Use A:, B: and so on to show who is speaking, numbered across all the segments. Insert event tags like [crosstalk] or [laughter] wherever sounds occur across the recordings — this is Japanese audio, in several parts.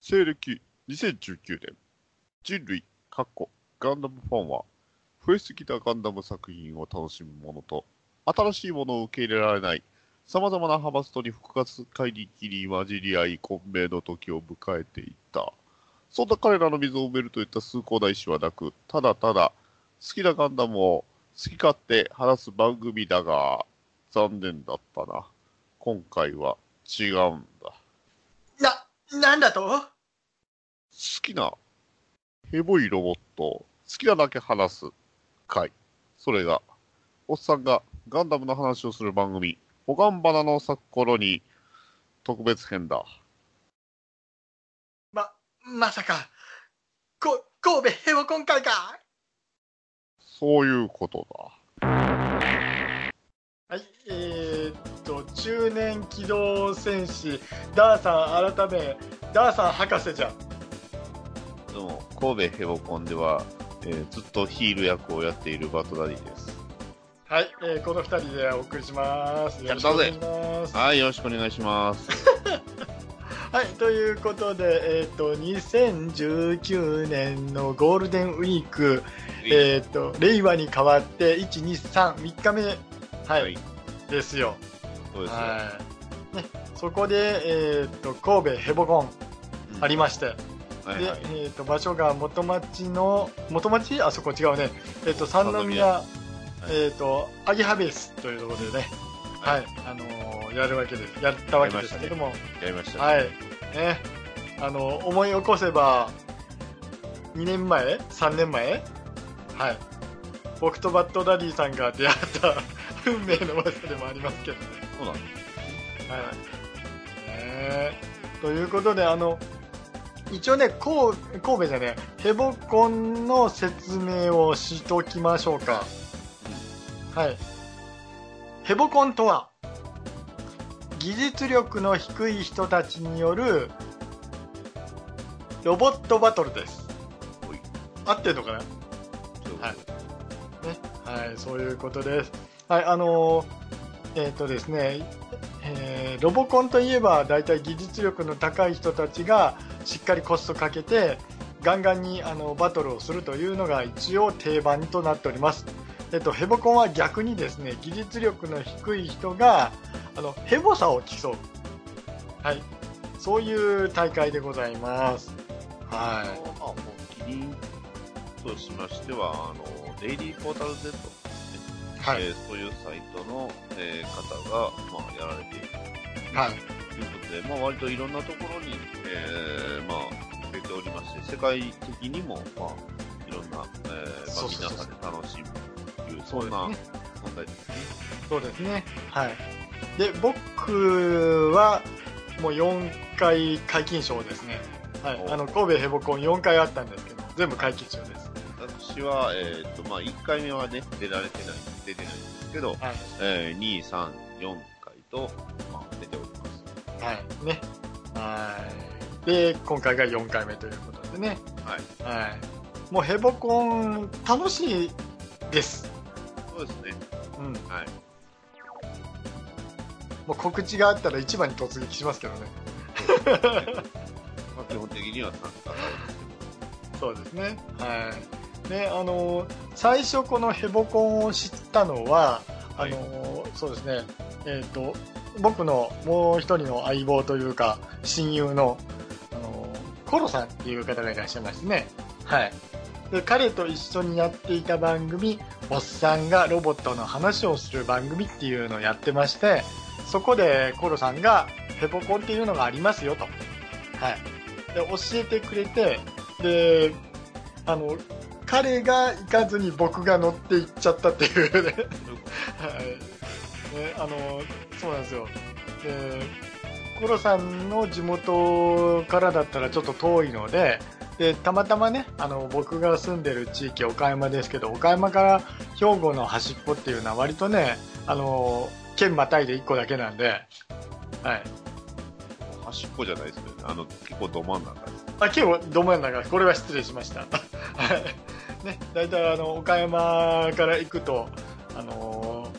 A: 西暦2019年、人類、かっこガンダムファンは、増えすぎたガンダム作品を楽しむものと、新しいものを受け入れられない、様々な派閥とに復活会に切り混じり合い、混迷の時を迎えていった。そんな彼らの溝を埋めるといった崇高な意思はなく、ただただ、好きなガンダムを好き勝手話す番組だが、残念だったな。今回は違うんだ。
B: な、なんだと
A: 好きなヘボいロボットを好きなだけ話す回それがおっさんがガンダムの話をする番組「おがんばなの咲く頃に特別編だ
B: ま、まさか、こ、神戸平和今回か
A: そういうこと
B: はい、えー、っと、中年機動戦士、ダーさん改め、ダーさん博士じゃん。
A: だどうも神戸ヘボコンでは、えーずっとヒール役をやっているバトダディです
B: はい、えーこの二人でお送りします。
A: やったぜ
B: よろしくお願いします。
A: はいよろしくお願いします [laughs]
B: はい、ということで、えーっと、2019年のゴールデンウィーク、えーっと、令和に変わって、1、2、3、3日目、はい、
A: はい
B: ですよ。
A: そうですね
B: はいね、そこで、えー、と神戸ヘボコンありまして、
A: はい
B: で
A: はい
B: えー、と場所が元町の元町あそこ違うね、えー、と三
A: 三宮
B: 宮、
A: い
B: えー、とアギハベースというところでね、はいあのーやるわけですやったわけですけども、
A: やりましたね
B: はいねあのー思い起こせば2年前3年前はい僕とバッドダディさんが出会った [laughs] 運命の場所でもありますけどね
A: そうなんです
B: はいねえということであの一応ねこう神戸じゃねヘボコンの説明をしときましょうか、はいヘボコンとは技術力の低い人たちによるロボットバトルです
A: ほい
B: 合ってるのかな
A: そう
B: はいね、はい、そういうことです。はい、あのーえっ、とですね、えーロボコンといえば大体技術力の高い人たちがしっかりコストかけてガンガンにあのバトルをするというのが一応定番となっております。えっと、ヘボコンは逆にですね技術力の低い人があのヘボさを競う、はい、そういう大会でございます。は
A: まあもうキリンとしましてはあのデイリーポータル Z ですね
B: い、はい、
A: えーそういうサイトの、えー方が、まあ、やられている
B: はい、
A: ということで、まあ、割といろんなところに、えーまあ、出ておりまして、世界的にも、まあ、いろんな、えーま
B: そ
A: あ、
B: うそう
A: 皆
B: そう
A: さんで楽しむという、そんな存在ですね。
B: そうですね。はい。で、僕は、もう4回解禁賞ですね。はい。
A: お
B: あの、神戸ヘボコン4回あったんですけど、全部解禁賞です。
A: 私は、えーとまあ、1回目はね、出られてない、出てないんですけど、
B: はい。
A: えー2、3、4回と、まあ、出ております。
B: はい。ね。はい。で、今回が4回目ということでね。。
A: はい
B: はい。もうヘボコン、楽しいです。
A: そうですね。
B: うん。
A: はい。
B: もう告知があったら一番に突撃しますけどね。
A: まあ、基本的には参加されて
B: そうですね。はい。ね、あのー最初このヘボコンを知ったのは、あのーそうですね。えっ、と僕のもう一人の相棒というか親友のあのーコロさんっていう方がいらっしゃいましてね。はい。で彼と一緒にやっていた番組「おっさんがロボットの話をする番組」っていうのをやってましてそこでコロさんが「ヘボコンっていうのがありますよ」と、はい、で教えてくれてであの彼が行かずに僕が乗って行っちゃったっていうねはいねあのそうなんですよでコロさんの地元からだったらちょっと遠いのででたまたまねあの僕が住んでる地域岡山ですけど岡山から兵庫の端っこっていうのは割とねあの県またいで1個だけなんで、はい、
A: 端っこじゃないですよね。あの、結構ど真ん中です。
B: あ今日ど真ん中これは失礼しました [laughs] はいね大体あの岡山から行くとあの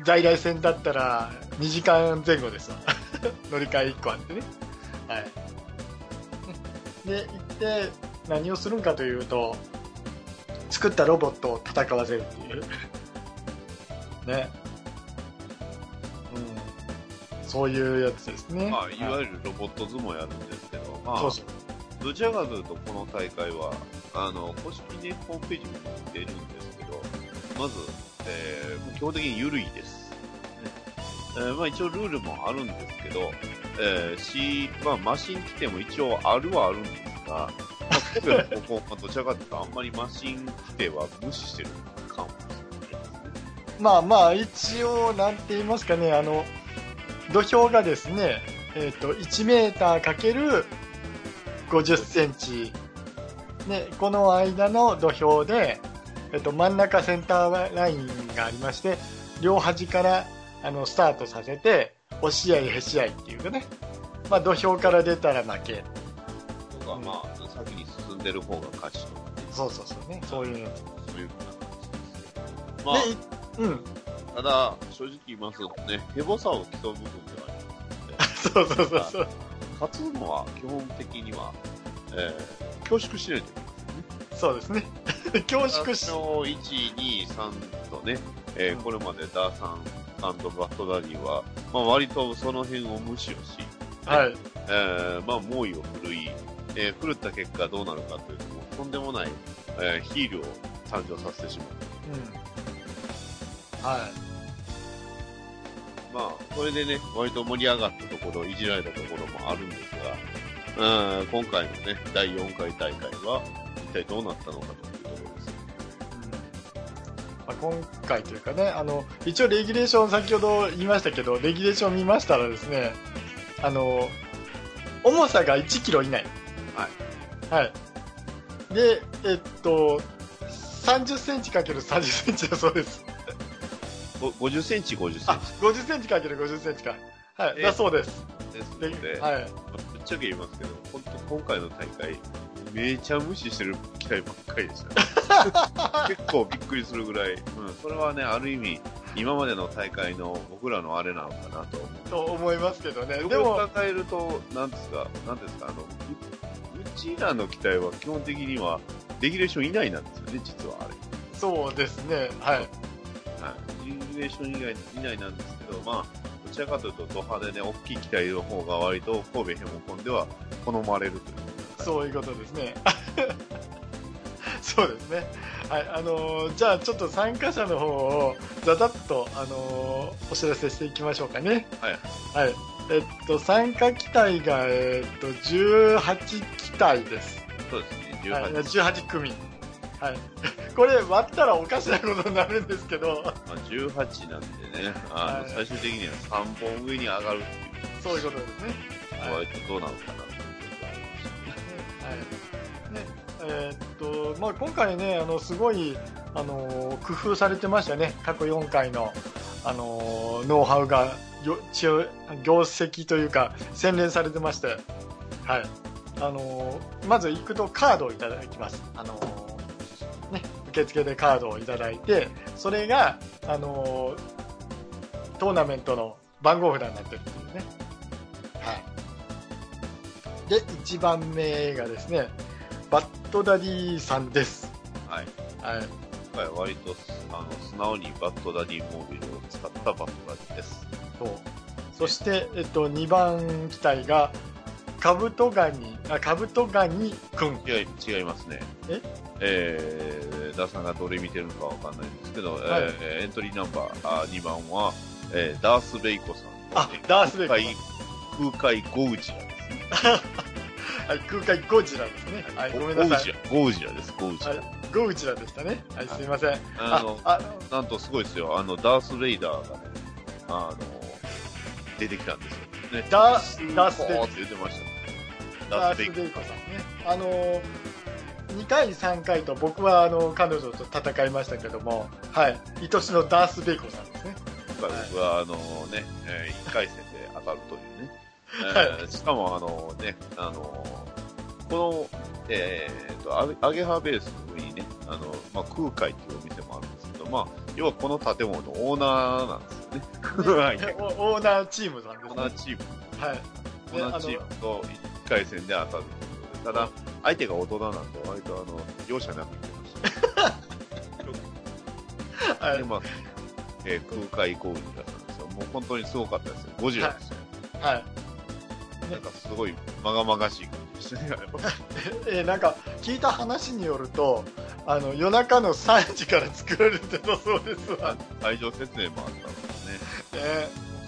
B: ー在来線だったら2時間前後ですわ乗り換え1個あってねはいで行って何をするんかというと作ったロボットを戦わせるっていう [laughs] ねうんそういうやつですね、
A: まあ、
B: はい
A: わゆるロボット相撲やるんですけど、まあ
B: そう、そう
A: どちらかというと、この大会は、あの、公式ね、ホームページに出るんですけど、まず、えー、もう基本的に緩いです。えー、まあ一応ルールもあるんですけど、えー、し、まあマシン規定も一応あるはあるんですが、まあ、今回の高校はどちらかというと、あんまりマシン規定は無視してる感は
B: まあまあ一応なんて言いますかねあの土俵がですね、えー、と1メーターかける50センチ、ね、この間の土俵で、えー、と真ん中センターラインがありまして両端からあのスタートさせて押し合いへし合いっていうかね、まあ、土俵から出たら負け
A: とか、まあ、先に進んでる方が勝ちとか、
B: そうそうそうねそういうので、
A: そういうふうな感じですけど。まあ、
B: いうん
A: ただ、正直言いますとね、ヘボさを競う部分ではあります
B: そうそうそうそう
A: ので、勝つのは基本的には、えー、恐縮しないといけない。
B: そうですね恐縮し
A: あの1、2、3とね、えー
B: うん
A: これまでダーさんバッドダディは、まあ、割とその辺を無視をし、
B: はい
A: えーまあ、猛威を振るい、えー、振るった結果どうなるかというと、もうとんでもない、えーヒールを誕生させてしまう。
B: うんはい
A: まあ、これでね、割と盛り上がったところ、いじられたところもあるんですが、うん、今回のね、第4回大会は、一体どうなったのかというところです。
B: まあ、今回というかねあの一応レギュレーション先ほど言いましたけどレギュレーション見ましたらですねあの重さが1キロ以内、
A: はい
B: はい、でえっと3 0ンチかける3 0ンチだそうです
A: ご50センチ、50セン
B: あ5 0ンチかける5 0ンチかはい、
A: ええ
B: だそうです
A: チです
B: で
A: ので、
B: はい、
A: ぶっちゃけ言いますけど、本当今回の大会、めちゃ無視してる機体ばっかりで
B: [laughs]
A: した、ね、結構びっくりするぐらい、うん、それはね、ある意味、今までの大会の僕らのあれなのかなと思う
B: と思いますけどね
A: よ
B: で
A: く
B: も
A: よく考えると、なんですか、なんですか、あの、ううちらの機体は基本的には、レギュレーション以外なんですよね、実はあれ。
B: そうですねはい
A: はい。レギュレーション以外以内なんですけど、まあ、どちらかというと、ド派手で大きい機体の方が割と神戸ヘモコンでは好まれるという。
B: そういうことですね。そうですね。はい、あのーじゃあちょっと参加者の方をざざっとあのーお知らせしていきましょうかね。
A: はい
B: はい。えっと参加機体がえっと18機体です。
A: そうですね、
B: はい
A: 18、
B: 18組。はい。これ割ったらおかしなことになるんですけど、
A: まあ、18なんでね、あ
B: は
A: の
B: い
A: 最終的には3本上に上がるっていう
B: そういうことですね。はい
A: 割とどうなのかなっていうのがありましたね
B: はいねえーっとまあ、今回ね、あのすごい、あのー工夫されてましたね、過去4回の、あのーノウハウがよちゅ業績というか、洗練されてまして、はいあのーまず行くとカードをいただきます、あのーね、受付でカードをいただいて、それが、あのートーナメントの番号札になってるっていうね。はいで1番目がですねバッドダディさんです、
A: はい。
B: はい、
A: 今回は割とあの素直にバットダディモービルを使ったバットダディです。
B: そうそして、えっと、2番機体がカブトガニあカブトガニくん
A: いや、違いますね。
B: え
A: えー、ダーさんがどれ見てるのかわかんないんですけど、
B: はい
A: えーエントリーナンバーあ2番は、えーダース・ベイコさんの
B: あ
A: えー
B: ダースベイコさ
A: 空海、空海ゴウジラですね。
B: はい、空海ゴジラですね、はい、ごめんなさい
A: ゴウジラ。ゴウジラです、ゴウジラ。
B: はいゴウジラでしたね、はい、すいません
A: あ
B: あ
A: の、
B: あ
A: なんとすごいですよ。あの、ダース・レイダーがね、あの、出てきたんですよ。ね、
B: ダーダース
A: ベ
B: ベ
A: イ
B: イ
A: って言ってましたね。
B: ダ
A: ダー
B: ース
A: ス・
B: ベ
A: ベ
B: イ
A: イ
B: コ
A: コ
B: さんねあの2回3回と僕はあの彼女と戦いましたけどもはい愛しのダースベイコさんですね
A: 今回僕は、あのね、え1回戦で当たるというね。
B: [laughs]
A: えーしかも、あのね、あのこの、えーっと、アゲアゲハベースの上にね、あの、まあ、空海っていうお店もあるんですけど、まあ、要はこの建物のオーナーなんですよね。 [laughs] は
B: [laughs]
A: い。
B: おオーナーチームさんです
A: オ
B: ね
A: ーナーチーム、
B: はい
A: オーナーチームと1回戦で当たるということでただ、相手が大人なんで、割とあの容赦なく言ってました。
B: は
A: で、
B: い。
A: まあ、えー空海攻撃だったんですよ。もう本当にすごかったですよ。ゴジラですよ。
B: はい。
A: なんかすごい、まがまがしい感じでしたね。あれは
B: えーなんか聞いた話によるとあの夜中の3時から作られてたそうです [laughs] わ、ね、
A: 会場説明もあったんですね。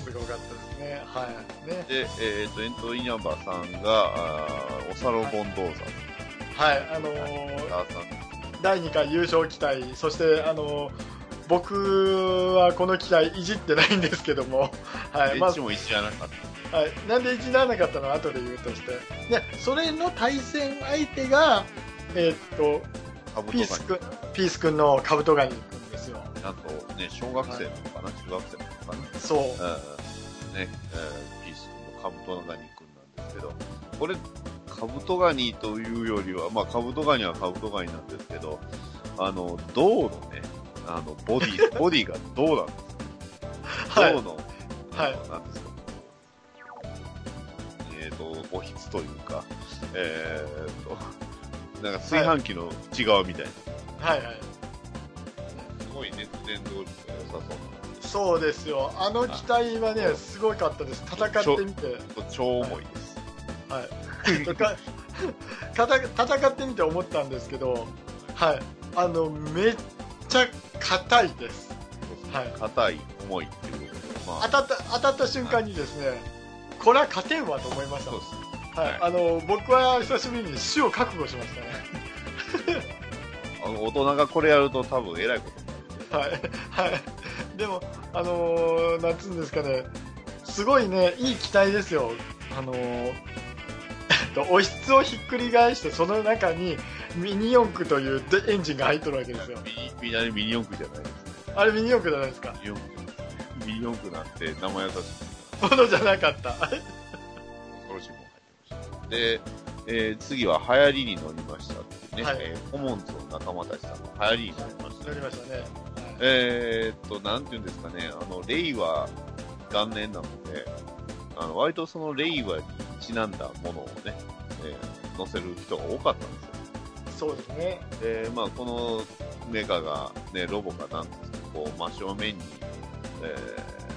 B: すごかったですねはいね
A: で、えっ、と、エントリーナンバーさんが、あーオサロゴンドーザ
B: はいあのー
A: さん、さん
B: 第2回優勝期待そしてあのー僕はこの機体いじってないんですけども、はいま
A: エッジも一じゃなかった。
B: あはい、なんでいじらなかったのは後で言うとして、ね、それの対戦相手が、えーっと
A: カブト
B: ピー
A: ガ
B: ス君ピース君のカブトガニ君ですよ。
A: ニ、なんとね、小学生なのかな、中学生なのかな。
B: そう
A: うんね、えーピース君のカブトガニ君なんですけど、これ、カブトガニというよりは、まあ、カブトガニはカブトガニなんですけど、あの、銅のね、あの、ボデ
B: [laughs]
A: ィ、ボディが銅なんです
B: はい
A: よ。銅の、
B: はい
A: あのなんですか。えっ、と、おひつというか、えっ、と、なんか炊飯器の内側みたいな、
B: はいはい
A: すごい熱伝導力が良さそうな
B: そうですよ、あの機体はね、すごかったです、戦ってみて、
A: ちょっと超重いです。 [laughs]
B: とかかた戦ってみて思ったんですけど、はい、あのめっちゃ硬いです、はい
A: 硬い、重いっていうことで、ま
B: 当たった当たった瞬間にですね、これは勝てんわと思いました
A: そう、ですね。
B: はい
A: はい
B: あの僕は久しぶりに死を覚悟しました
A: あの大人がこれやると多分えらいことになるんで。
B: ね、はいはい、でも、あのー、なんつうんですかね、すごいね、いい機体ですよ。あのーおひつをひっくり返してその中にミニ四駆というでエンジンが入っとるわけですよ
A: ミニ、ミニミニ四駆じゃないですね。
B: あれミニ四駆じゃないですか
A: ミニ四駆ですね。ミニ四駆なんて名前優しい。
B: ものじゃなかったはい
A: 恐ろしいもん入ってました。で、えー次は流行りに乗りましたっていうね、
B: はい
A: えーコモンズの仲間たちさんが流行りに乗りました
B: 乗。りましたねはい
A: えーっと、なんていうんですかね、あの、令和元年なので、あの、割とその令和にちなんだものをね、えー載せる人が多かったんですよ。
B: そうですね
A: で、まあ、このメカが、ね、ロボかなんですけど、こう、真正面に、えー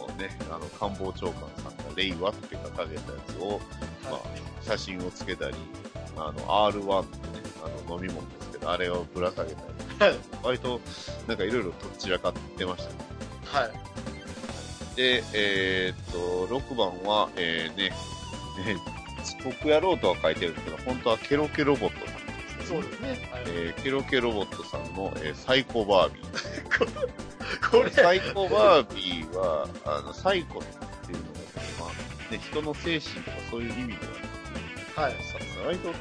A: あのね、あの、官房長官さんが令和って掲げたやつを、まあ
B: は、
A: 写真をつけたり、あの、R1 ってね、あの、飲み物ですけど、あれをぶら下げたり、 [laughs]
B: いはい
A: 割と、なんかいろいろとっちらかってましたね。
B: はい
A: で、えーっと、6番は、えーね、えー遅刻やろうとは書いてるんですけど、本当はケロケロボットさんなんです
B: そ
A: よ
B: う
A: ね
B: ですね、はい
A: えーケロケロボットさんの、えーサイコバービー。
B: これ
A: サイコバービーは、あの、サイコっていうのが、まあ、ね、人の精神とかそういう意味では、
B: はい
A: さ割と、こ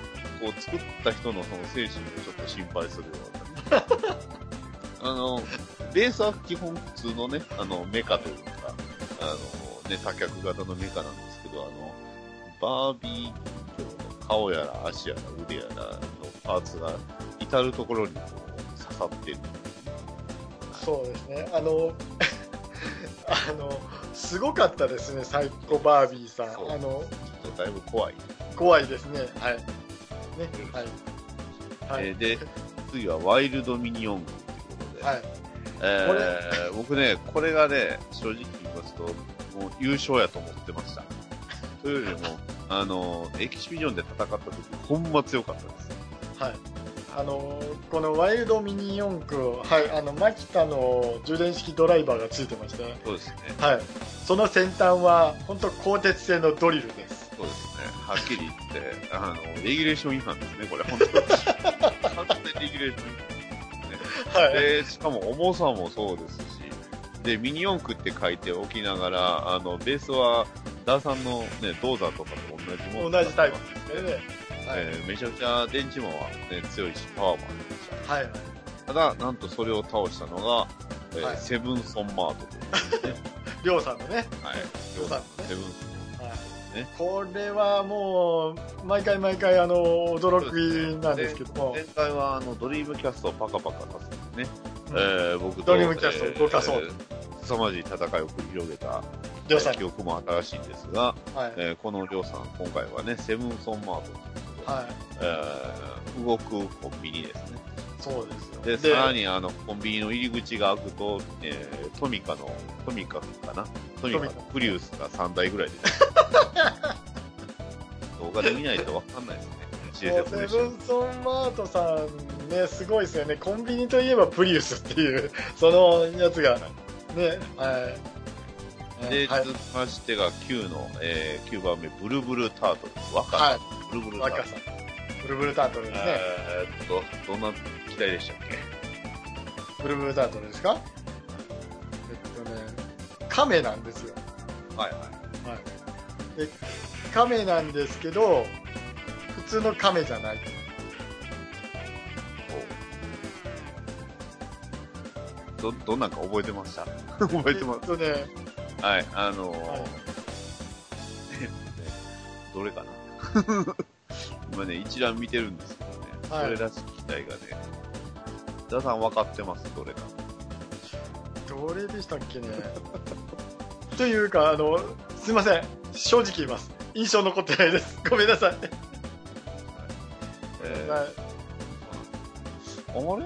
A: う、作った人のその精神をちょっと心配するよう
B: [laughs]
A: な。あの、ベースは基本普通のね、あの、メカというか、あの、ね、多脚型のメカなんですけど、あの、バービー人形の顔やら足やら腕やらのパーツが至るところにこう刺さってる。
B: そうですねあの [laughs] あのすごかったですねサイコバービーさん
A: そう
B: あの
A: ちょっとだいぶ怖い。
B: 怖いですねはいねはいはい、
A: えーで、次はワイルドミニオン軍ということで、
B: はい
A: えー僕ね、これがね、正直言いますと、もう優勝やと思ってま [laughs] した。というよりも、あの、エキシビジョンで戦った時、ほんま強かったです。
B: はい、あのーこのワイルドミニ四駆、はい、あのマキタの充電式ドライバーがついてまして、
A: そうですね。
B: はい、その先端は本当鋼鉄製のドリルです。
A: そうですね。はっきり言って、あの、レギュレーション違反ですね、これ、本 [laughs] 当に。完全レギュレーション違反。
B: はい、
A: で、しかも重さもそうですし、で、ミニ四駆って書いておきながら、あの、ベースは、ダーさんのね、ドーザーとかと同じも
B: 同
A: の
B: じタイプですね。はい、
A: えーめちゃくちゃ電池もは、ね、強いし、パワーもありました。
B: はい、
A: ただ、なんとそれを倒したのが、えー
B: はい
A: セブンソンマートという、
B: りょうさんのね、
A: はい、
B: りょうさん
A: セブン
B: はい
A: ね
B: これはもう毎回毎回あのー驚きなんですけども、
A: 前回はあのドリームキャストをパカパカさせてね、
B: うん
A: えー僕と
B: ドリームキャストを動かそう
A: えー凄まじい戦いを繰り広げた
B: りょうさん
A: 記憶も新しいんですが、
B: はい。
A: えーこのりょうさん、今回はね、セブンソンマートということで、
B: はい。
A: えー動くコンビニですね。
B: そうで
A: で、
B: す
A: さ
B: よ。
A: らにあの、コンビニの入り口が開くと、えートミカの、トミカかなトミカのプリウスが3台ぐらい出 [laughs] てる動画で見ないとわかんないですね。親
B: もう
A: 切
B: セ
A: でした
B: ブンソンマートさんね、すごいですよね。コンビニといえばプリウスっていう、 [laughs] そのやつが、ね、はい。
A: で、
B: はい、
A: 続きましてが9の、えー9番目、ブルブルタートルです。若さ、
B: は
A: ブルブ
B: い、
A: ルタートル
B: 若。さん。ブルブルタートルですね。
A: えーっと、どんな機体でしたっけ
B: ブルブルタートルですかえっとね、カメなんですよ。
A: はいは
B: はい。で、カメなんですけど、普通のカメじゃない。
A: い。ど、どんなんか覚えてま
B: [laughs]
A: した覚えてま
B: えっとね、
A: す。はい、あのー
B: はい
A: [laughs] どれかな [laughs] 今ね、一覧見てるんですけどね、
B: はい
A: それらしき機体がね、皆さん分かってます、どれか。
B: どれでしたっけね [laughs] というかあのすいません正直言います印象残ってないです [laughs] ごめんなさい、
A: えー
B: はい
A: あれ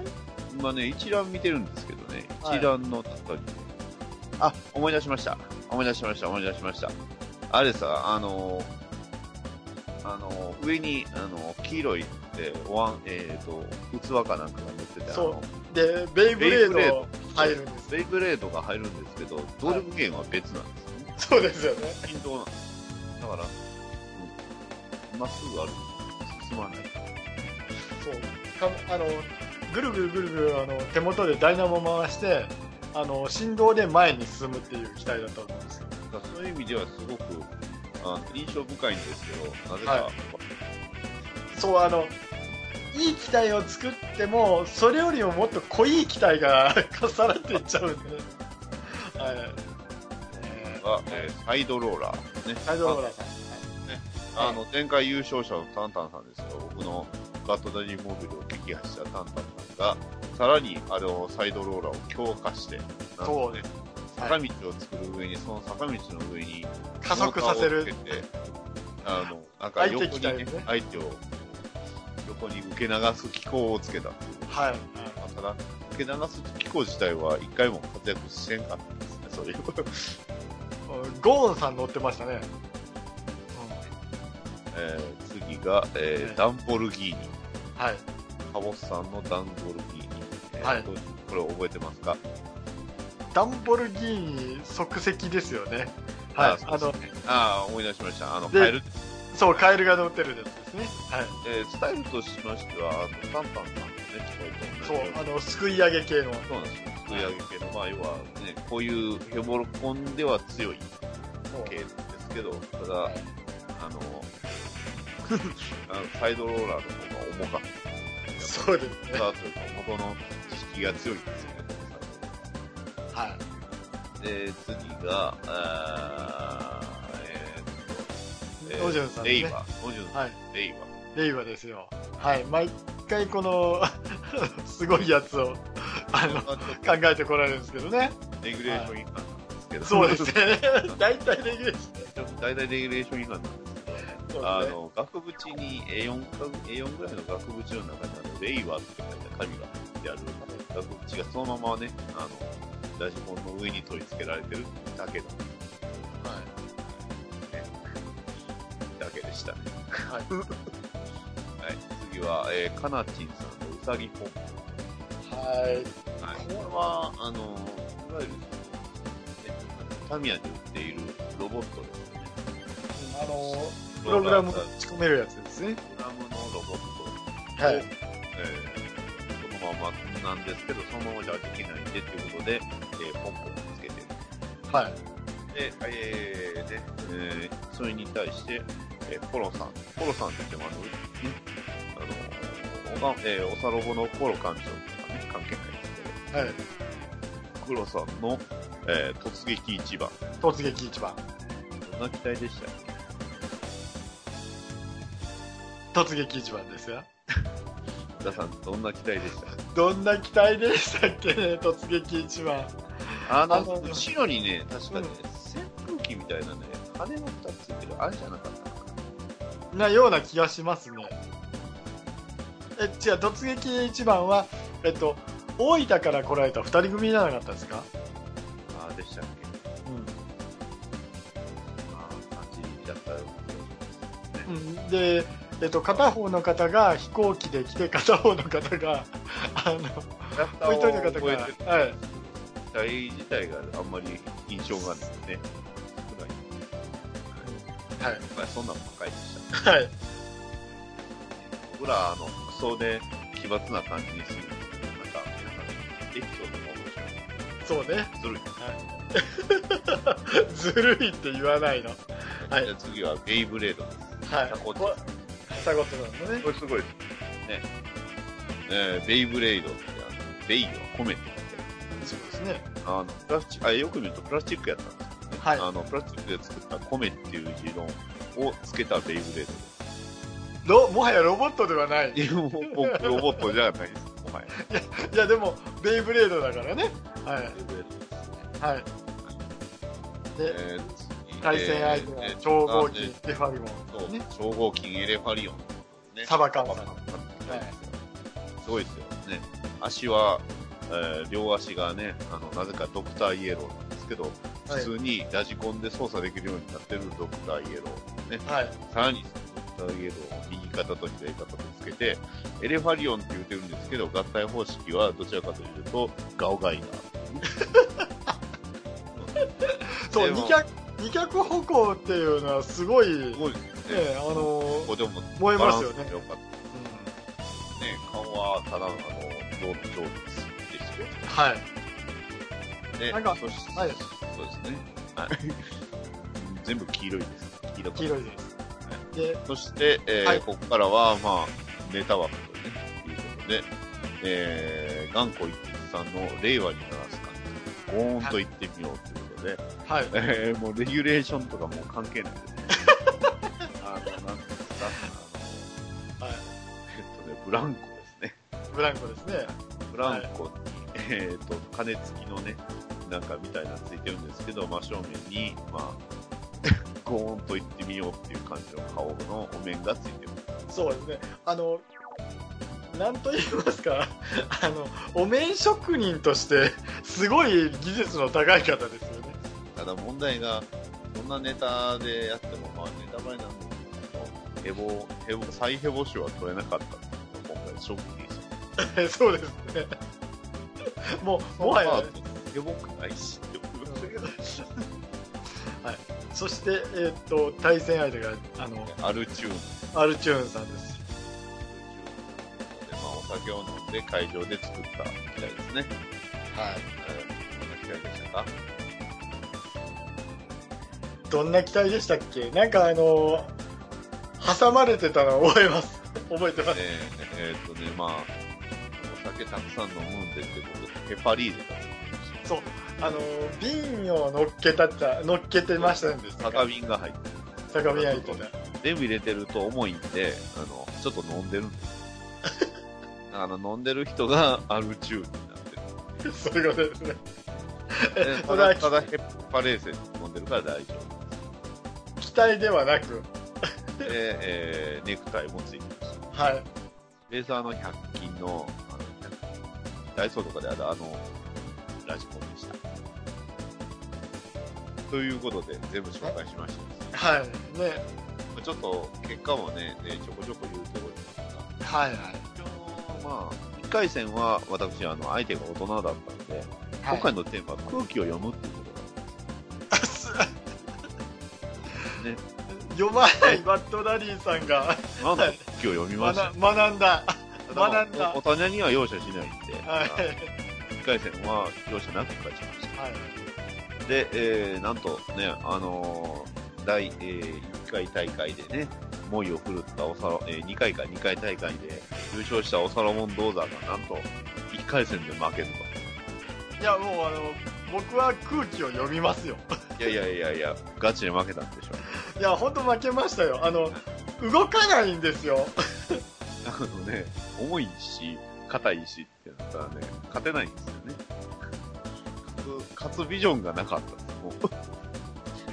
A: 今ね、一覧見てるんですけどね、
B: はい
A: 一覧の中に、あ、思い出しました。思い出しました、思い出しました。あれさ、あのーあのー上に、あのー黄色い、えーワン、えっ、と、器かなんかが乗ってて、
B: そう
A: あの
B: でベイブレ
A: ベイブレ
B: ー
A: ー
B: ド
A: ド
B: 入るんです
A: ベイブレードが入るんですけど、動力源は別なんですよね。
B: そうですよね
A: 振動なんですだから、うんまっすぐ歩く。進まない。
B: そうかあのぐるぐるぐるぐるあの手元でダイナモ回してあの振動で前に進むっていう機体だと思うんですよ
A: だからそういう意味ではすごくあの印象深いんですけど、なぜ
B: は
A: か
B: そうあのいい機体を作ってもそれよりももっと濃い機体が重なっていっちゃうんで、ね、はい、え
A: が、えーサイドローラー、ね、
B: ー、サイドローラーさん
A: あの前回優勝者のタンタンさんですよ、僕のガットダディモービルを撃破したタンタンさんが、さらにあのサイドローラーを強化して、なん
B: そう
A: と
B: で
A: ね、
B: はい
A: 坂道を作る上に、その坂道の上に
B: 加速させる
A: モーターをつけてあのなんか横に、
B: 相手機体
A: ね
B: をね
A: 相手を横に受け流す機構をつけたっていう。
B: はい、
A: まあただ、受け流す機構自体は一回も活躍してんかったですね、そういう。
B: ゴーンさん乗ってましたね、
A: えー次が、え
B: ええ
A: ー、ダンボルギーニ。
B: はい
A: カボスさんのダンボルギーニ。えー
B: はい
A: どうこれ覚えてますか
B: ダンボルギーニ即席ですよねは
A: あ
B: い
A: ー
B: あ
A: そう
B: の
A: ですねあー、思い出しました。あの、
B: で
A: カエル、
B: そうカエルが乗ってるやつですねはい
A: えースタイルとしましては、あの、タンタンさんですね、機械と同じ
B: そう
A: ように
B: あのすくい上げ系の
A: そうなんですよ。作り上げ系の、まあ、要はね、こういうヘボロコンでは強い系ですけど、ただ、あの、 [laughs] あのサイドローラーの方が重かった。
B: そうですね
A: だというか元の知識が強いんですよね。
B: は
A: で、次が、あー
B: い
A: えーっと、
B: ノジュンさん
A: レイ
B: ね
A: バー。ノジュンさん、
B: はい
A: レイバー。
B: レイはですよはい毎回この [laughs] すごいやつをあの
A: まあちょっと
B: 考えてこられるんですけどね
A: レギュレーション違反なんですけど、
B: そうですね [laughs] 大体レギュレーシ
A: 大体レギュレーション違反なんですけど、
B: ョン
A: あ
B: そうですね
A: の、額縁に A4 か、A4 ぐらいの額縁の中にあの、レイワーって書いた紙が貼ってある額縁がそのままね、あの、ラジコンの上に取り付けられてるだけだ、
B: はい
A: だけでしたね。 [laughs]
B: はい
A: はい。次は、えー、かなちんさんのうさぎポンプ。
B: は
A: は
B: い
A: い。
B: こ
A: こ
B: れ
A: れ
B: は
A: は、あの、いわゆる、えっとタミヤで売っているロボットですよね。
B: あのプログラムを打ち込めるやつですね
A: プログラムのロボット
B: は
A: え
B: い
A: ーそのままなんですけど、そのままじゃできないんでっていうことで、えーポンポンつけてる。
B: はい
A: で、えーでえーそれに対して、えーポロさん。ポロさんって言ってもあの、ね、あの、おがえーおさろぼのポロ館長とかね、関係ないです
B: はい
A: けど、クロさんの、えー突撃一番。
B: 突撃一番
A: どんな機体でしたっけ
B: 突撃一番ですよ
A: 皆さん、どんな機体でした
B: どんな機体でしたっけね突撃一番
A: あの、
B: あの
A: 後ろにね、確かね、扇風キみたいなね、羽の2つついてる、あれじゃなかったか
B: なような気がしますね。え、違う、突撃一番は、えっと、大分から来られた二人組じゃなかったですか
A: な。ああ、でしたっけああ、感じだったような気がしますね。
B: うん。で、えっと、片方の方が飛行機で来て、片方の方が、あの、
A: キャラクタ
B: もう一人の
A: ーを
B: 方
A: 覚えてる
B: が、はい。
A: 機体自体があんまり印象がないですね。少ない。
B: はい。
A: まあ、そんなのばっかりでした。
B: はい。
A: 僕ら、あの、服装で奇抜な感じにする。なんか、皆さん、エピソードも面白い。
B: そうね。 [laughs]
A: ずるい。
B: ずるいって言わないの。はい
A: じゃあ次は、ベイブレードです。
B: はい。
A: タコ
B: こタコってなんだね。
A: これすごいですね。えーベイブレードって、あのベイを込めて
B: そうですね。
A: あのプラスチあよく見るとプラスチックやったんですけどね、
B: はい
A: あのプラスチックで作った米っていう字論をつけたベイブレードです
B: ロもはやロボットではない。い
A: いやもう僕ロボットじゃないですお前
B: や、でも、ベイブレードだからね。はい
A: ベイブレードですね
B: はい。で、
A: えー次
B: 対戦相手
A: え
B: は
A: ー
B: 超合
A: え
B: 金
A: ー、
B: デファリモ
A: そう
B: ン。ね。
A: 超合金エレファリオン、ね
B: サバ缶
A: サ
B: さ
A: バ
B: ん。
A: 缶すごいですよね足は、えー両足がねあのなぜかドクターイエローなんですけど
B: はい
A: 普通にラジコンで操作できるようになってるドクターイエロー、ね、
B: はい。
A: さらにドクターイエローを右肩と左肩とつけて、エレファリオンって言ってるんですけど、合体方式はどちらかというと、ガオガイナ
B: そう、
A: でも
B: 二脚、二脚歩行っていうのはすごい、
A: す
B: ね、
A: ごいですね。
B: あのー
A: ここでも
B: 燃え
A: バ
B: ま
A: ラ
B: す
A: ンス
B: よ
A: が
B: ね。
A: 良かったですね。顔はただの、あの、ロード上手でしたよ
B: はい。
A: ね。
B: なんか
A: そし
B: はい
A: そうですね。
B: [laughs]
A: はい全部黄色いです。黄色かった
B: 黄色いです。で、
A: そして、えー
B: はい
A: ここからは、まあ、ネタ枠とねいうことで、えー、頑固一徹さんの令和に鳴らす感じ、ゴーンと言ってみようということで、
B: はい。
A: えーもうレギュレーションとかもう関係ない
B: [laughs]
A: ですね。あの、なんていうんですか、あの、
B: はい
A: えっとね、ブランコですね。
B: ブランコですね。
A: ブランコに、えーっと、金付きのね、なんかみたいなのついてるんですけど、真正面に、まあ、 [laughs] ゴーンと言ってみようっていう感じの顔のお面がついてます。
B: そうですね。あの、なんと言いますか、 [laughs] あの、お面職人として、すごい技術の高い方ですよね。
A: ただ問題が、そんなネタでやっても、まあネタバレなんですけど、ヘボ、ヘボ、再ヘボ種は取れなかったっていうのが今回ショックです。
B: えそうですね。 [laughs] もう、もはや、ね、
A: まあヘボくないしって思いましたけど、
B: そして、えーっと、対戦相手が、あの、
A: アルチューン。
B: アルチューンさんです。
A: で、まあお酒を飲んで会場で作った機体ですね。
B: はい。
A: えー、どんな機体でしたか
B: どんな機体でしたっけなんかあのー挟まれてたのを覚えます。覚えてます。
A: ねええーっとね、まあ、お酒たくさん飲むんでってことで、ヘパリーゼが作ってました。
B: あのー瓶を乗っけたった、乗っけてましたんですか。
A: 酒瓶が入ってる。
B: 酒瓶焼いてた。
A: 全部入れてると重いんで、あの、ちょっと飲んでるんです。あの、飲んでる人がアルチューになってる。
B: そういうことですね。
A: え [laughs]
B: そ
A: た
B: れ
A: だ、
B: は
A: ただヘッパレーゼ飲んでるから大丈夫。
B: 機体ではなく、
A: で、えーネクタイもついてました。
B: はい。
A: レーザーの100均の、あの、100均ダイソーとかであるあの、ラジコンでした。ということで、全部紹介しました。
B: はい。ね。
A: ちょっと、結果もね、ねちょこちょこ言うところですが、
B: はいはい。
A: まあ、1回戦は私、あの相手が大人だったので、今
B: [laughs] はい
A: 回のテーマは空気を読むっていうことなんですよ。ね
B: 読まないバッドダディさんが
A: なん
B: [laughs]
A: で空気を読みました
B: 学学んだ。
A: ただ
B: 学んだ
A: お大人には容赦しないんで、
B: はい。はい
A: 1回戦は容赦なく勝ちました。で、えーなんとね、あのー第、え1回大会でね、猛威を振るったおさろ、え2回か2回大会で優勝したオサロモン・ドーザーがなんと1回戦で負けると。
B: いや、もうあの、僕は空気を読みますよ。 [laughs]
A: いやいやいやいや、ガチで負けたんでしょ
B: いや、本当負けましたよ。あの、動かないんですよ。 [laughs]
A: あのね、重いし、硬いしってなったらね、勝てないんですよね。勝つ、勝つビジョンがなかったです。もう。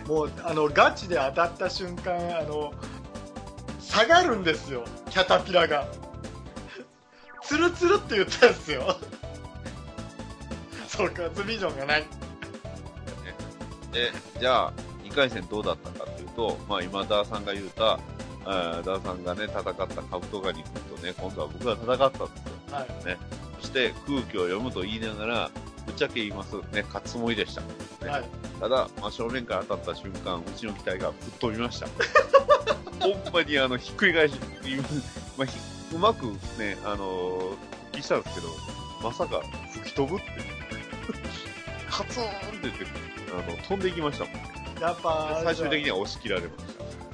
B: もうあのガチで当たった瞬間あの下がるんですよキャタピラが [laughs] ツルツルって言ったんですよ [laughs] そうかズビジョンがない
A: で、じゃあ、2回戦どうだったかっていうと、まあ今、ダーさんが言うた、あーダーさんがね、戦ったカブトガニ君とね、今度は僕が戦ったんですよ。
B: はい
A: そして、空気を読むと言いながら、ぶっちゃけ言います、ね、勝つつもりでした。ね
B: はい
A: ただ、真正面から当たった瞬間、うちの機体が吹っ飛びました。ほんまにあの、ひっくり返し、今まあひうまくね、あのー復帰したんですけど、まさか吹き飛ぶって、 [laughs] カツーンって言って、あの、飛んでいきましたもん。
B: やっぱ
A: 最終的には押し切られま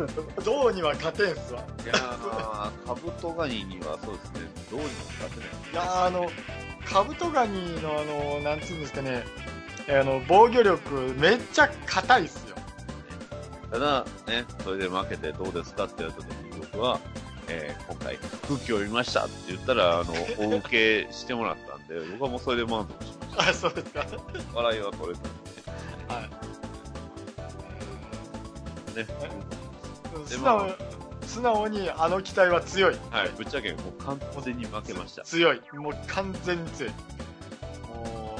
A: した。
B: どうには勝てんすわ
A: いやー、カブトガニにはそうですね、どうにか勝てない。
B: いやーあのカブトガニのあのなんつうんですかねあの防御力めっちゃ硬いっすよ
A: ただ、ね、それで負けてどうですかって言われた時に僕は、えー今回、空気を見ましたって言ったら、あの、お受けしてもらったんで、 [laughs] 僕はもうそれで満足しまし
B: あそうですか
A: た。笑いは取れたん
B: はい
A: でね。で
B: 素
A: ま
B: 直
A: あ
B: 素直にあの機体は強い
A: はい、ぶっちゃけもう完全に負けました。
B: 強いもう完全に強いも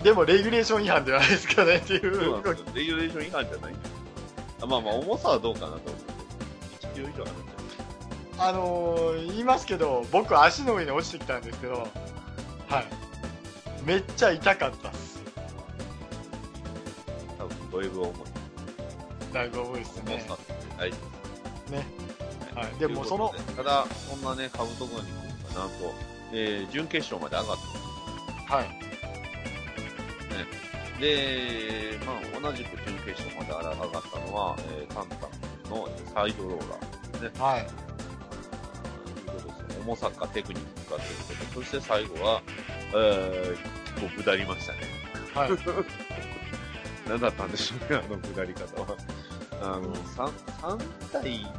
B: うでもレギュレーション違反ではないですからねってい
A: そうな
B: うん
A: ですよ。レギュレーション違反じゃないんですよあまあまあ、重さはどうかなと思うけど、1キロ以上あるんじゃない
B: あのー言いますけど僕足の上に落ちてきたんですけどはいめっちゃ痛かったっす
A: 多分、ドイブ重い。
B: だいぶ重いです
A: 重
B: ね
A: さって大事
B: はい
A: はい
B: でもその
A: ということでただ、そんなね、カブトガニ君がなんと、えー準決勝まで上がった。
B: はい
A: で、まあ、同じく準決勝まで上がったのは、えー、タンタンのサイドローラー
B: はい
A: ということですね。重さかテクニックかということで、そして最後は、えー、結構下りましたね。
B: はい
A: [laughs] 何だったんでしょうね、あの下り方は。あの、3, 三体が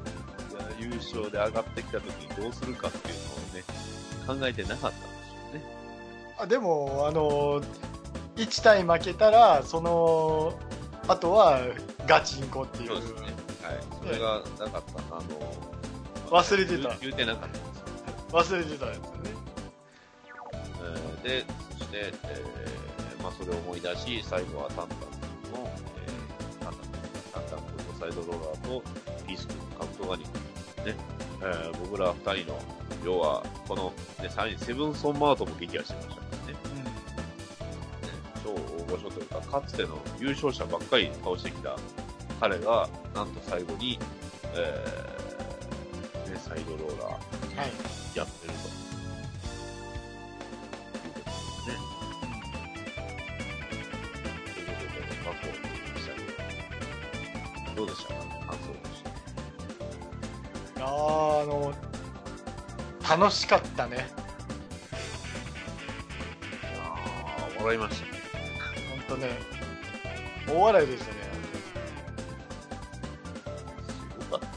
A: 優勝で上がってきた時にどうするかっていうのをね、考えてなかったんでしょうね。
B: あでもあの1対負けたらそのあとはガチンコっていう
A: そうですね。はい。それがなかったあの、
B: 忘れてた
A: 言う言うてなかったんですよ
B: 忘れてたやつね
A: えーで、そして、えーまあ、それを思い出し、最後はタンタンの、えータンタンタンタン君のサイドローラーと、ピース君、カブトガニ君、ねえー僕ら二人の、要は、この、ね、さらにセブンソンマートも撃破してましたからねね超大御所というか、かつての優勝者ばっかり倒してきた彼が、なんと最後に、えーね、サイドローラー、
B: うんはい
A: やってると。いうことですね。ということで、まあ、こう、でしたけどどうでしたか感想として。
B: いやーあの楽しかったね
A: ああ、笑いました。
B: 本当ね大笑いでしたね
A: すごかっ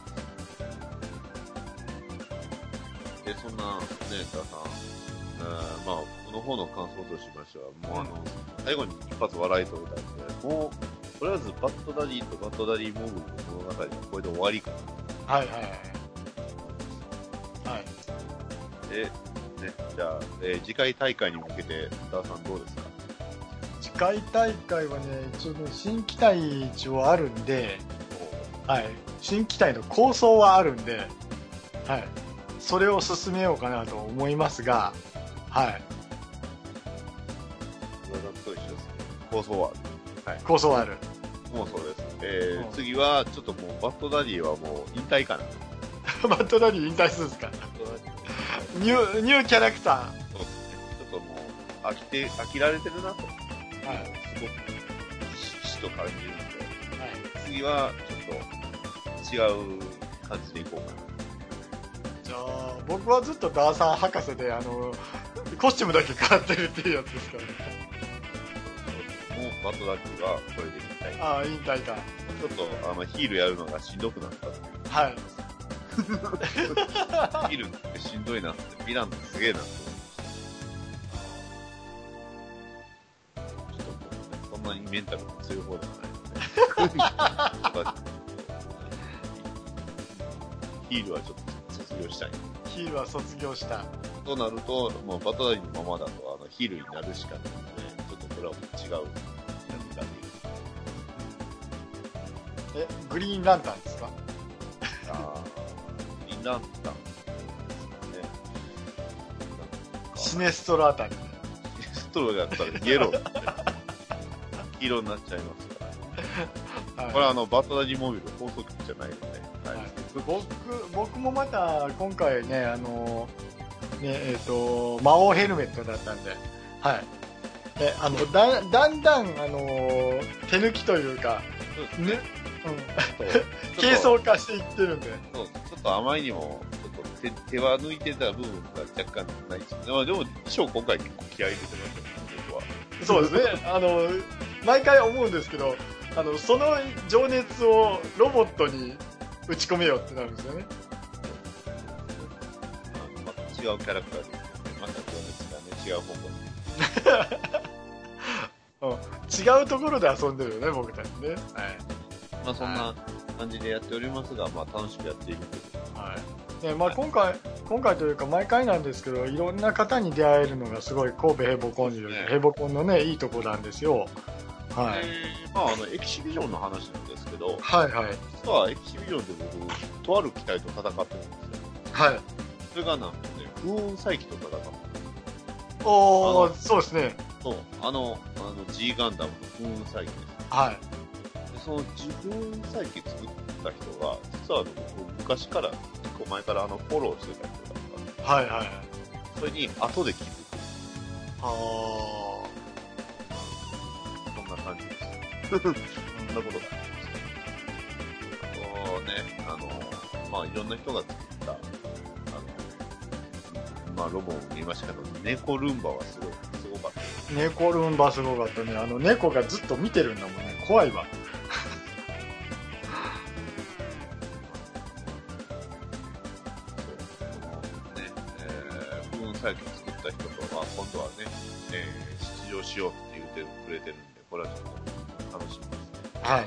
A: た。で、そんな、ね、田さん、えーまあ、この方の感想としましては、もうあの、最後に一発笑いとれたんで、もう、とりあえず、バッドダディとバッドダディモブの物語はこれで終わりかなと
B: はいはいはいはい
A: で、ね、じゃあ、えー次回大会に向けて、ダーさんどうですか
B: 次回大会はね一応ね新機体一応あるんではい新機体の構想はあるんではいそれを進めようかなと思いますがはい
A: 上田と一緒ですね。放送は。
B: 構想はある [laughs]
A: もうそうです。えー
B: うん
A: 次は、ちょっともう、バットダディはもう、引退かな。
B: バッドダディ引退するんですか
A: バットダディ
B: ニューニューキャラクタ
A: そうですね。ちょっともう、飽きて、飽きられてるなと。
B: ーはいはい
A: すごく、ひしひしと感じるんで、次は、ちょっと、違う感じでいこうかな。
B: じゃあ僕はずっとダーサン博士であのコスチュームだけ変わってるっていうやつですからね
A: もう、バットダディは、これで引退。
B: ああ引退か
A: ちょっと、あの、ヒールやるのがしんどくなった。
B: はい
A: ヒールってしんどいなって、ヴィランってすげえなって思いました。ちょっとこうね、そんなにメンタルが強い方ではないので、ヒールはちょっと卒業したい。
B: ヒールは卒業した。
A: となると、もうバタダイのままだとあのヒールになるしかないので、ちょっとこれはもう違うやり方で。
B: え、グリーンランタンですか
A: あー、になったんですかね。
B: シネストラータン。
A: ストローだったらイエローって、黄色になっちゃいますから。
B: はい
A: これはあの、バットダディモビル放送局じゃないので、はい
B: はい僕僕もまた今回ね、あのねえっと魔王ヘルメットだったんで、はい、であのだだんだん、あの手抜きというか、
A: そうです
B: ね
A: ね。
B: うん、
A: ちょっと
B: 軽装化していってるんで、
A: そうちょっとあまりにも、ちょっと手手は抜いてた部分が若干ないですまあでも、衣装今回結構気合い入れてましたね、僕は。
B: そうですね、あの毎回思うんですけどあの、その情熱をロボットに打ち込めよってなるんですよね。
A: あのまた違うキャラクターですけどね、また情熱がね、違う方向に。
B: 違うところで遊んでるよね、僕たちね。はい
A: まあそんな感じでやっておりますが、まあ楽しくやっていくという
B: はいねまあ、今回今回というか毎回なんですけどいろんな方に出会えるのがすごい神戸ヘボコンによ
A: そ
B: る
A: うですね
B: ヘボコンのねいいとこなんですよ、はい
A: えーまああの、エキシビジョンの話なんですけど、
B: はいはい
A: 実はエキシビジョンで僕、とある機体と戦ってるんですよ。
B: はい
A: それがなんとね、風雲再起と戦った。
B: お
A: あ
B: お
A: の
B: そうですね
A: そう、あの、あの G ガンダムの風雲再起です。
B: は
A: でその自分再起作った人が、実はあの僕、昔から、結構前からあのフォローしてた人だったんで
B: いはいはい
A: それに後で気づく。
B: あ
A: そんな感じです。そんなことがありました。あとね、あの、まあ、いろんな人が作った、あの、まあ、ロボを見ましたけど、猫ルンバはすごい、すごかった。
B: ー猫ルンバすごかったねあの猫がずっと見てるんだもんね怖いわ
A: そうそのね、えー、文再起作った人とは、今度はね、えー出場しようって言ってくれてるんで、これはちょっと楽しみですね。
B: はい、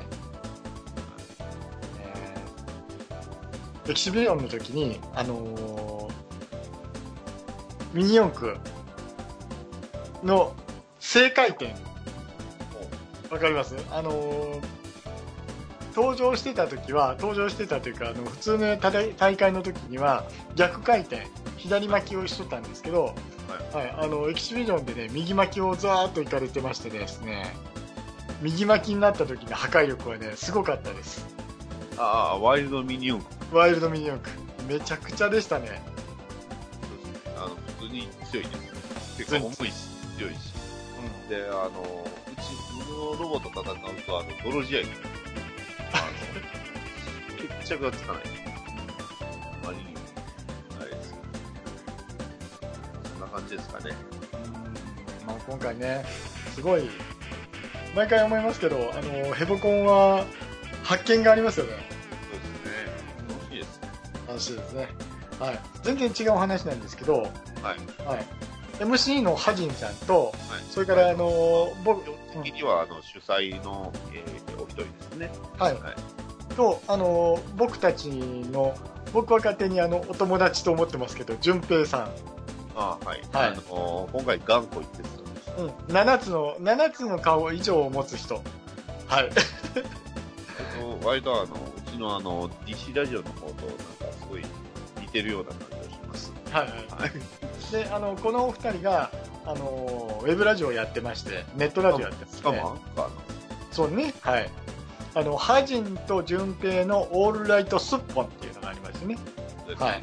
B: えーエキシビジョンの時に、あのーミニ四駆の正回転わかりますあのー登場してた時は登場してたというかあの普通のただ大会の時には逆回転左巻きをしとったんですけど、はいあのエキシビジョンでね右巻きをザーッといかれてましてですね右巻きになった時の破壊力はねすごかったです
A: ああ、ワイルドミニオンク
B: ワイルドミニ四駆めちゃくちゃでしたね
A: そうですね。あの、普通に強いです。結
B: 通に
A: 構重いし、強いし。で、あの、うち、僕のロボと戦うと、あの、泥試合になるあの、決着がつかない。あまりにも、あれですけどそんな感じですかね。
B: まあ、今回ねすごい毎回思いますけどあのヘボコンは発見がありますよね
A: そうですね。楽しいですね。
B: 楽しいですね、はい、全然違う話なんですけど、
A: はい。
B: はい、MC のハジンさんと
A: はい。
B: それからあのー僕、
A: 基本的には、あの、主催の、えー、お一人ですね。
B: はい
A: はい。
B: とあのー僕たちの僕は勝手にあのお友達と思ってますけど順平さ
A: ああはい。
B: はい
A: あの、今回、頑固一徹さんです。
B: ん、うん、7つの7つの顔以上を持つ人は
A: え
B: い
A: っと割とあの、うちのあの、DC ラジオの方と、なんかすごい似てるような感じがします。
B: はいはい、であのこのお二人があのウェブラジオをやってましてネットラジオやってま
A: し
B: す
A: か
B: ね
A: もアンカーの、
B: そうねはいあのハジンと順平の「オールライトすっぽん」っていうのがありましてね
A: です
B: はい。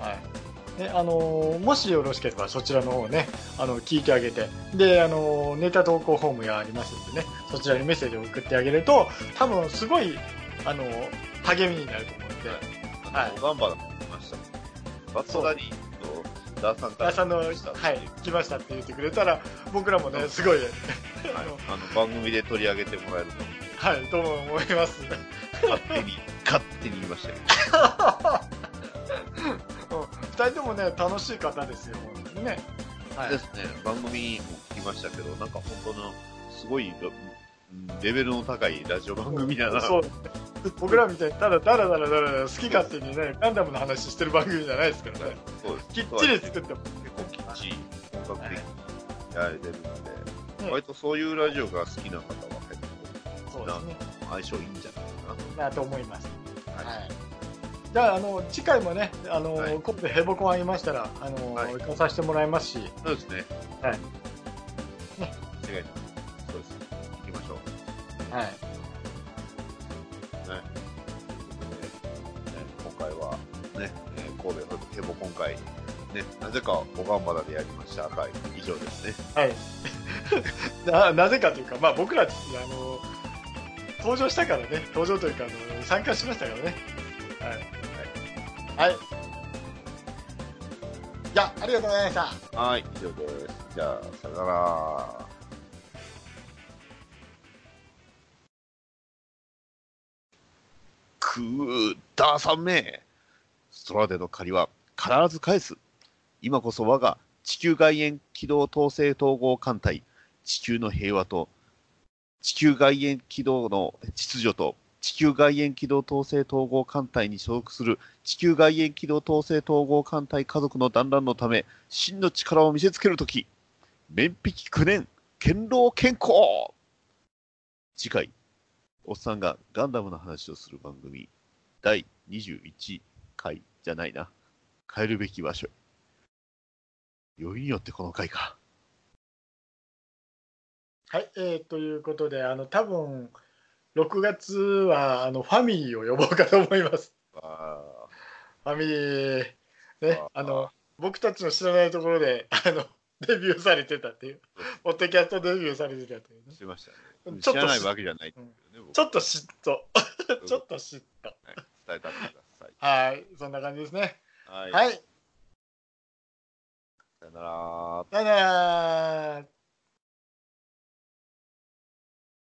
B: はい。ね、あのーもしよろしければそちらの方ね、あの、聞いてあげて。で、あのーネタ投稿フォームがありますんでね、そちらにメッセージを送ってあげると、多分すごい、あのー励みになると思うんで、
A: あの、
B: はい
A: ガンバラも来ましたね。バットダディとダーサン
B: 皆さんの、は
A: 来
B: い
A: ましたっていう、
B: 来ましたって言ってくれたら、僕らもね、すご [laughs] い、
A: はいあの、番組で取り上げてもらえると、
B: はい、と思います。
A: 勝手
B: [laughs]
A: に、勝手に言いましたけど。
B: うん二人ともね、楽しい方ですよ、本当にね。は
A: で
B: い。
A: すね、番組も聞きましたけど、なんか本当の、すごい、うんレベルの高いラジオ番組だな。
B: そう僕らみたいにただだらだらだらだら好き勝手にねガンダムの話してる番組じゃないですからね
A: そうです。
B: きっちり作っても
A: 結構きっちり本格的にやられてるので、
B: うん
A: 割とそういうラジオが好きな方は結
B: そうですね
A: 構相性いいんじゃないかなと。
B: なと思います
A: はい
B: はいじゃああの次回もねあの、
A: はい
B: 今度ヘボコンありましたらあの、
A: はい
B: 行かさせてもらいますし
A: そうですね。
B: はい。
A: ね。違いない。そうです。行きましょう。
B: はい
A: ね。ね今回は、ね、えー神戸ヘボ今回、ね、なぜかおがんばらでやりました。はい。以上ですね。
B: はい、 [laughs] ななぜかというか、まあ、僕らあの登場したからね登場というかあの参加しましたからねはい、はいじゃあありがとうございました
A: はい。以上です。じゃあ、さよなら。くださめストラデの借りは必ず返す今こそ我が地球外縁軌道統制統合艦隊地球の平和と地球外縁軌道の秩序と地球外縁軌道統制統合艦隊に所属する地球外縁軌道統制統合艦隊家族の団らんのため真の力を見せつけるとき面壁9年堅牢健康次回おっさんがガンダムの話をする番組第21回じゃないな変えるべき場所余韻によってこの回か
B: はい、えーということであの多分6月はあのファミリーを呼ぼうかと思います [laughs]
A: あ
B: ファミリーね
A: あー
B: あの僕たちの知らないところで [laughs] あのデビューされてたって
A: [laughs]
B: いうポッドキャストデビューされてたというね
A: あしましたね
B: ちょ
A: 知
B: っ
A: ら
B: と
A: ないわけじゃないんですけどね
B: ちょっと嫉妬
A: 僕
B: ちょっと嫉妬
A: はい伝えたってください
B: はい、そんな感じですね。
A: はい、
B: はい、
A: さよなら
B: さよなら